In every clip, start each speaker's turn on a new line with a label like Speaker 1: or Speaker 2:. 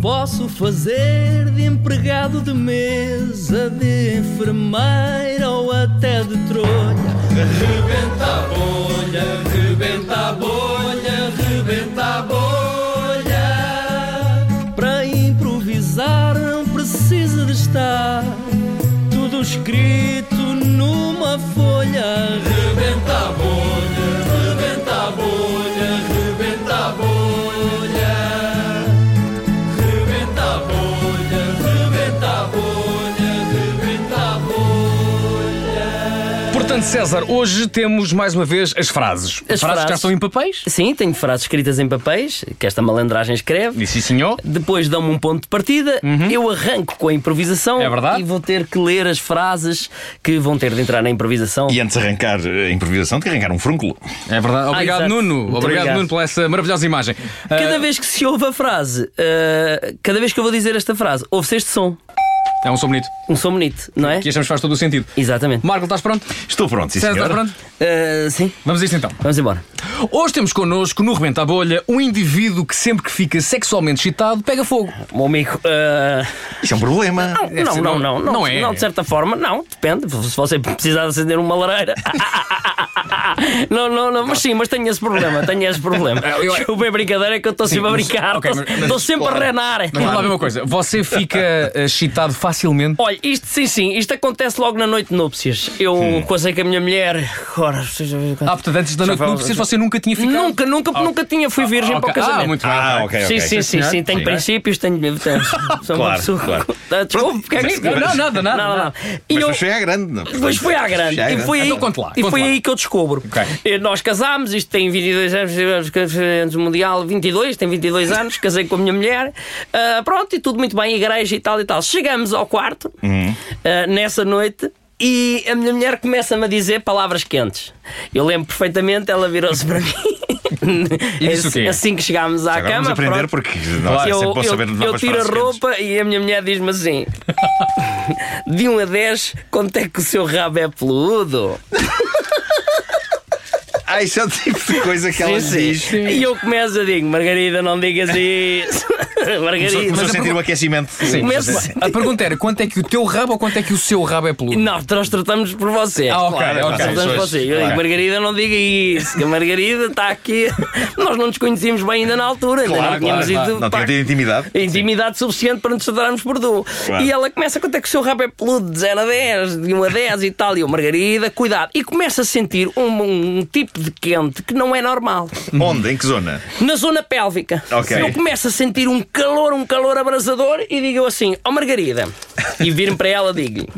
Speaker 1: Posso fazer de empregado de mesa, de enfermeira ou até de trolha.
Speaker 2: Rebenta a bolha, rebenta a bolha, rebenta a bolha.
Speaker 1: Para improvisar não precisa de estar tudo escrito numa folha.
Speaker 2: Rebenta a bolha, rebenta a bolha, rebenta a bolha. Rebenta a bolha, rebenta a bolha, rebenta a bolha.
Speaker 3: Portanto, César, hoje temos mais uma vez as frases.
Speaker 1: As
Speaker 3: frases que já
Speaker 1: frases.
Speaker 3: estão em papéis?
Speaker 1: Sim, tenho frases escritas em papéis, que esta malandragem escreve.
Speaker 3: E sim, senhor.
Speaker 1: Depois dão-me um ponto de partida, eu arranco com a improvisação
Speaker 3: Uhum. É verdade.
Speaker 1: e vou ter que ler as frases que vão ter de entrar na improvisação.
Speaker 4: E antes de arrancar eh, a improvisação, tem que arrancar um frúnculo.
Speaker 3: É verdade. Obrigado,
Speaker 1: Ah, exato.
Speaker 3: Nuno.
Speaker 1: Muito
Speaker 3: Obrigado,
Speaker 1: obrigado.
Speaker 3: Nuno, pela essa maravilhosa imagem.
Speaker 1: Cada
Speaker 3: Ah,
Speaker 1: vez que se ouve a frase, ah, cada vez que eu vou dizer esta frase, ouve-se este som,
Speaker 3: É um som bonito.
Speaker 1: um som bonito, não é?
Speaker 3: Que achamos que faz todo o sentido.
Speaker 1: Exatamente.
Speaker 3: Marco, estás pronto?
Speaker 4: Estou pronto, sim,
Speaker 3: César,
Speaker 4: senhora.
Speaker 3: estás pronto?
Speaker 1: Ah, sim,
Speaker 3: Vamos a isto então.
Speaker 1: vamos embora.
Speaker 3: Hoje temos connosco, no Rebenta a Bolha, um indivíduo que sempre que fica sexualmente excitado pega fogo.
Speaker 1: Meu amigo, ah,
Speaker 4: Isto é um problema.
Speaker 3: Deve
Speaker 1: não,
Speaker 3: ser
Speaker 1: não,
Speaker 3: bom.
Speaker 1: não, não,
Speaker 3: Não é.
Speaker 1: de certa forma, não, depende. Se você precisar de acender uma lareira. não, não, não, mas sim, mas tenho esse problema, tenho esse problema.
Speaker 3: Eu-
Speaker 1: Desculpa, é brincadeira, é que eu estou sempre a
Speaker 3: mas-
Speaker 1: brincar,
Speaker 3: ok,
Speaker 1: estou
Speaker 3: mas- mas-
Speaker 1: estou sempre a renar.
Speaker 3: Mas vamos lá ver uma coisa. Você fica eh, excitado facilmente?
Speaker 1: Olha, isto sim, sim, isto acontece logo na noite de núpcias. Eu
Speaker 3: Hum.
Speaker 1: casei com a minha mulher. Ora, vocês já viram quanto-
Speaker 3: Ah, portanto, antes da noite
Speaker 1: falo-
Speaker 3: não precisas, você nunca tinha ficado.
Speaker 1: nunca, nunca, nunca tinha. Fui virgem
Speaker 3: Ah, ok.
Speaker 1: para o casamento.
Speaker 3: Ah, muito bem.
Speaker 4: Ah, ok,
Speaker 1: Sim,
Speaker 4: ok.
Speaker 1: sim, sim, sim, tenho
Speaker 4: Sim.
Speaker 1: princípios, tenho. tenho- Sou uma
Speaker 4: Claro,
Speaker 1: pessoa.
Speaker 4: claro.
Speaker 1: Ah, Desculpe, porque é que.
Speaker 3: Não, não, nada, nada,
Speaker 1: Não, não, não. E
Speaker 4: Mas
Speaker 1: eu-
Speaker 4: depois foi à grande. não?
Speaker 1: Depois foi à grande.
Speaker 4: Foi à
Speaker 1: E foi aí,
Speaker 3: Então conte lá,
Speaker 1: e
Speaker 3: conte
Speaker 1: foi
Speaker 3: lá.
Speaker 1: aí que eu descobro.
Speaker 3: Ok.
Speaker 1: Eh, Nós casámos, isto tem 22 anos, tivemos campeões do mundial, 22, tem 22 anos, casei com a minha mulher. Ah, pronto, e tudo muito bem, igreja e tal e tal. Chegamos ao quarto,
Speaker 4: Uhum.
Speaker 1: ah, nessa noite. E a minha mulher começa-me a dizer palavras quentes. Eu lembro perfeitamente, ela virou-se para mim.
Speaker 3: E disse o quê?
Speaker 1: Assim que chegámos à
Speaker 4: Agora
Speaker 1: cama.
Speaker 4: vamos aprender
Speaker 1: pronto.
Speaker 4: porque nós é sempre bom saber
Speaker 1: eu, eu
Speaker 4: novas
Speaker 1: tiro a
Speaker 4: frases quentes.
Speaker 1: roupa e a minha mulher diz-me assim: De 1 a 10, quanto é que o seu rabo é peludo?
Speaker 4: Ah, isso é o tipo de coisa que ela diz.
Speaker 1: E eu começo a dizer: Margarida, não digas isso. Margarida.
Speaker 4: Começou a
Speaker 1: Mas
Speaker 4: sentir um aquecimento. Sim.
Speaker 1: começo-
Speaker 3: A pergunta era quanto é que o teu rabo ou quanto é que o seu rabo é peludo?
Speaker 1: Não, nós tratamos por você.
Speaker 3: Ah, ok,
Speaker 4: Claro, tá
Speaker 3: ok.
Speaker 4: claro.
Speaker 1: Tratamos por você. Eu digo,
Speaker 4: Claro.
Speaker 1: Margarida, não diga isso, que a Margarida está aqui. Nós não nos conhecíamos bem ainda na altura, ainda
Speaker 4: Claro,
Speaker 1: não tínhamos
Speaker 4: claro,
Speaker 1: ido.
Speaker 4: claro. Não
Speaker 1: para
Speaker 4: tinha tido intimidade.
Speaker 1: intimidade suficiente para nos tratarmos por du.
Speaker 4: Claro.
Speaker 1: E ela começa a contar que o seu rabo é peludo de 0 a 10, de 1 a 10 e tal. E eu, Margarida, cuidado. E começa a sentir um, um tipo de quente que não é normal.
Speaker 4: Onde? Em que zona?
Speaker 1: Na zona pélvica.
Speaker 4: Ok.
Speaker 1: Eu começo a sentir um calor, um calor abrasador e digo eu assim, ó Margarida. E viro para ela e digo-lhe.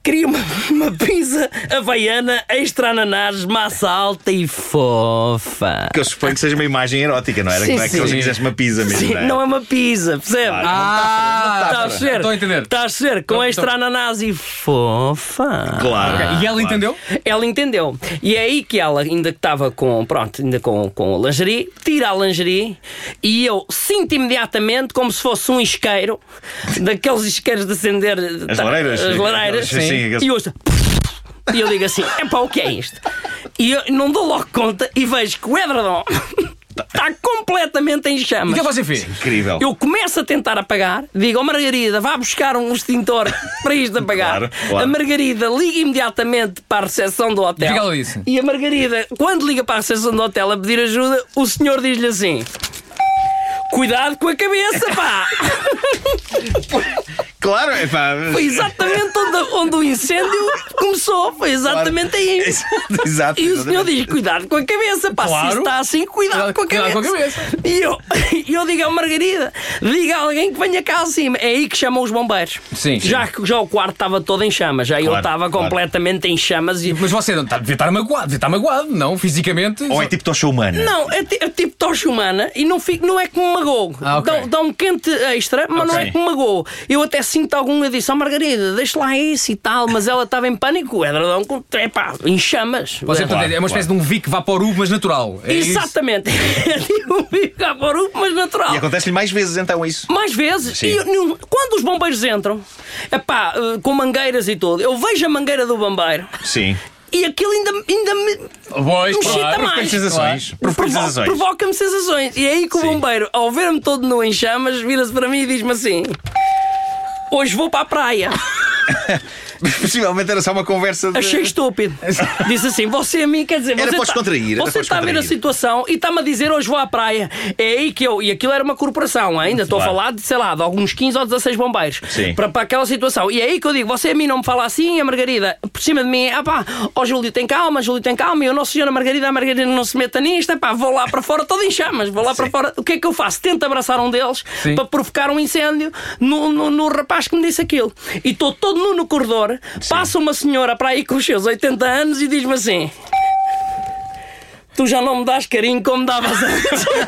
Speaker 1: Queria uma, uma pizza havaiana, extra ananás, massa alta e fofa.
Speaker 4: Que eu suponho que seja uma imagem erótica, não era?
Speaker 1: Sim,
Speaker 4: não é que eles
Speaker 1: sim.
Speaker 4: quisessem uma pizza mesmo.
Speaker 1: Sim,
Speaker 4: não é?
Speaker 1: não é uma pizza, percebe?
Speaker 4: Tá
Speaker 3: Ah,
Speaker 1: Está Tá a ser.
Speaker 3: Estou a entender.
Speaker 1: Está a ser. Com
Speaker 3: Tô-
Speaker 1: extra
Speaker 3: tô-
Speaker 1: ananás e fofa.
Speaker 4: Claro.
Speaker 3: E ela
Speaker 4: claro.
Speaker 3: entendeu?
Speaker 1: Ela entendeu. E é aí que ela ainda que estava com, pronto, ainda com, com a lingerie, tira a lingerie e eu sinto imediatamente como se fosse um isqueiro, daqueles isqueiros de acender
Speaker 4: As
Speaker 1: tá,
Speaker 4: lareiras.
Speaker 1: As lareiras.
Speaker 4: Sim, sim, aqueles-
Speaker 1: E ouça. E eu digo assim: é pá, o que é isto? E eu não dou logo conta e vejo que o edredom
Speaker 4: Tá.
Speaker 1: está completamente em
Speaker 3: E o
Speaker 1: chamas.
Speaker 3: que é que você fez?
Speaker 4: Incrível.
Speaker 1: Eu começo a tentar apagar, digo, oh Margarida, vá buscar um extintor para isto apagar.
Speaker 4: Claro, claro.
Speaker 1: A Margarida liga imediatamente para a recepção do hotel.
Speaker 3: O que ela disse?
Speaker 1: E a Margarida, quando liga para a recepção do hotel a pedir ajuda, o senhor diz-lhe assim. Cuidado com a cabeça, pá!
Speaker 4: Claro, é pá.
Speaker 1: Foi exatamente onde, onde o incêndio começou, foi exatamente aí.
Speaker 4: Exato, exato.
Speaker 1: E o senhor diz: cuidado com a cabeça, pá, se
Speaker 3: Claro.
Speaker 1: isso está assim, cuidado, com a cabeça.
Speaker 3: Cuidado com a
Speaker 1: E eu, e eu digo à Margarida: diga a alguém que venha cá acima. É aí que chamam os bombeiros.
Speaker 3: Sim, sim.
Speaker 1: Já, que- já o quarto estava todo em chamas, já eu
Speaker 4: Claro,
Speaker 1: estava
Speaker 4: claro.
Speaker 1: completamente em chamas e.
Speaker 3: Mas você não, tá, devia estar magoado, devia estar magoado, não? Fisicamente.
Speaker 4: Ou é tipo tocha humana?
Speaker 1: Não, é, ti- é tipo tocha humana e não, fico, não é que me magoou.
Speaker 3: Ah, ok.
Speaker 1: dá, dá um quente extra, mas não é
Speaker 4: Ok.
Speaker 1: que me magoou. Eu até sinto algum, eu disse, ó Margarida, deixa lá isso e tal, mas ela estava em pânico, o edredom com. Epá, em chamas.
Speaker 3: Você, portanto,
Speaker 4: Claro,
Speaker 3: é uma espécie de um Vic Vaporub, mas natural. É isso?
Speaker 1: Exatamente. É tipo um bico à poru, mas natural.
Speaker 4: E acontece-lhe mais vezes então isso.
Speaker 1: Mais vezes,
Speaker 4: Sim.
Speaker 1: e eu- num- quando os bombeiros entram, epá, eh, com mangueiras e tudo, eu vejo a mangueira do bombeiro
Speaker 4: Sim.
Speaker 1: E aquilo ainda, ainda me
Speaker 3: Pois,
Speaker 1: Me excita
Speaker 3: claro.
Speaker 1: mais.
Speaker 4: sensações. Provoca
Speaker 1: provo-
Speaker 4: sensações.
Speaker 1: provoca-me sensações. E é aí que o
Speaker 4: Sim.
Speaker 1: bombeiro, ao ver-me todo nu em chamas, vira-se para mim e diz-me assim: Hoje vou para a praia.
Speaker 4: Possivelmente era só uma conversa de.
Speaker 1: Achei estúpido. Disse assim: Você a mim, quer dizer,
Speaker 4: Era
Speaker 1: você
Speaker 4: para
Speaker 1: tá-
Speaker 4: descontrair, era
Speaker 1: Você
Speaker 4: para
Speaker 1: está a ver a
Speaker 4: descontrair.
Speaker 1: situação e está-me a dizer hoje vou à praia. É aí que eu. E aquilo era uma corporação, ainda estou
Speaker 4: Claro.
Speaker 1: a falar de, sei lá, de alguns 15 ou 16 bombeiros.
Speaker 4: Sim.
Speaker 1: Para, para aquela situação. E é aí que eu digo: Você a mim não me fala assim, a Margarida por cima de mim, ah pá, ó Júlio tem calma, Júlio tem calma, e eu, Nossa Senhora Margarida, a Margarida não se meta nisto, é pá, vou lá para fora todo em chamas, vou lá para fora. O que é que eu faço? Tento abraçar um deles
Speaker 3: Sim.
Speaker 1: para provocar um incêndio no, no- no rapaz que me disse aquilo. E estou todo nu no corredor, passa uma senhora para aí com os seus 80 anos e diz-me assim. Tu já não me das carinho como davas antes.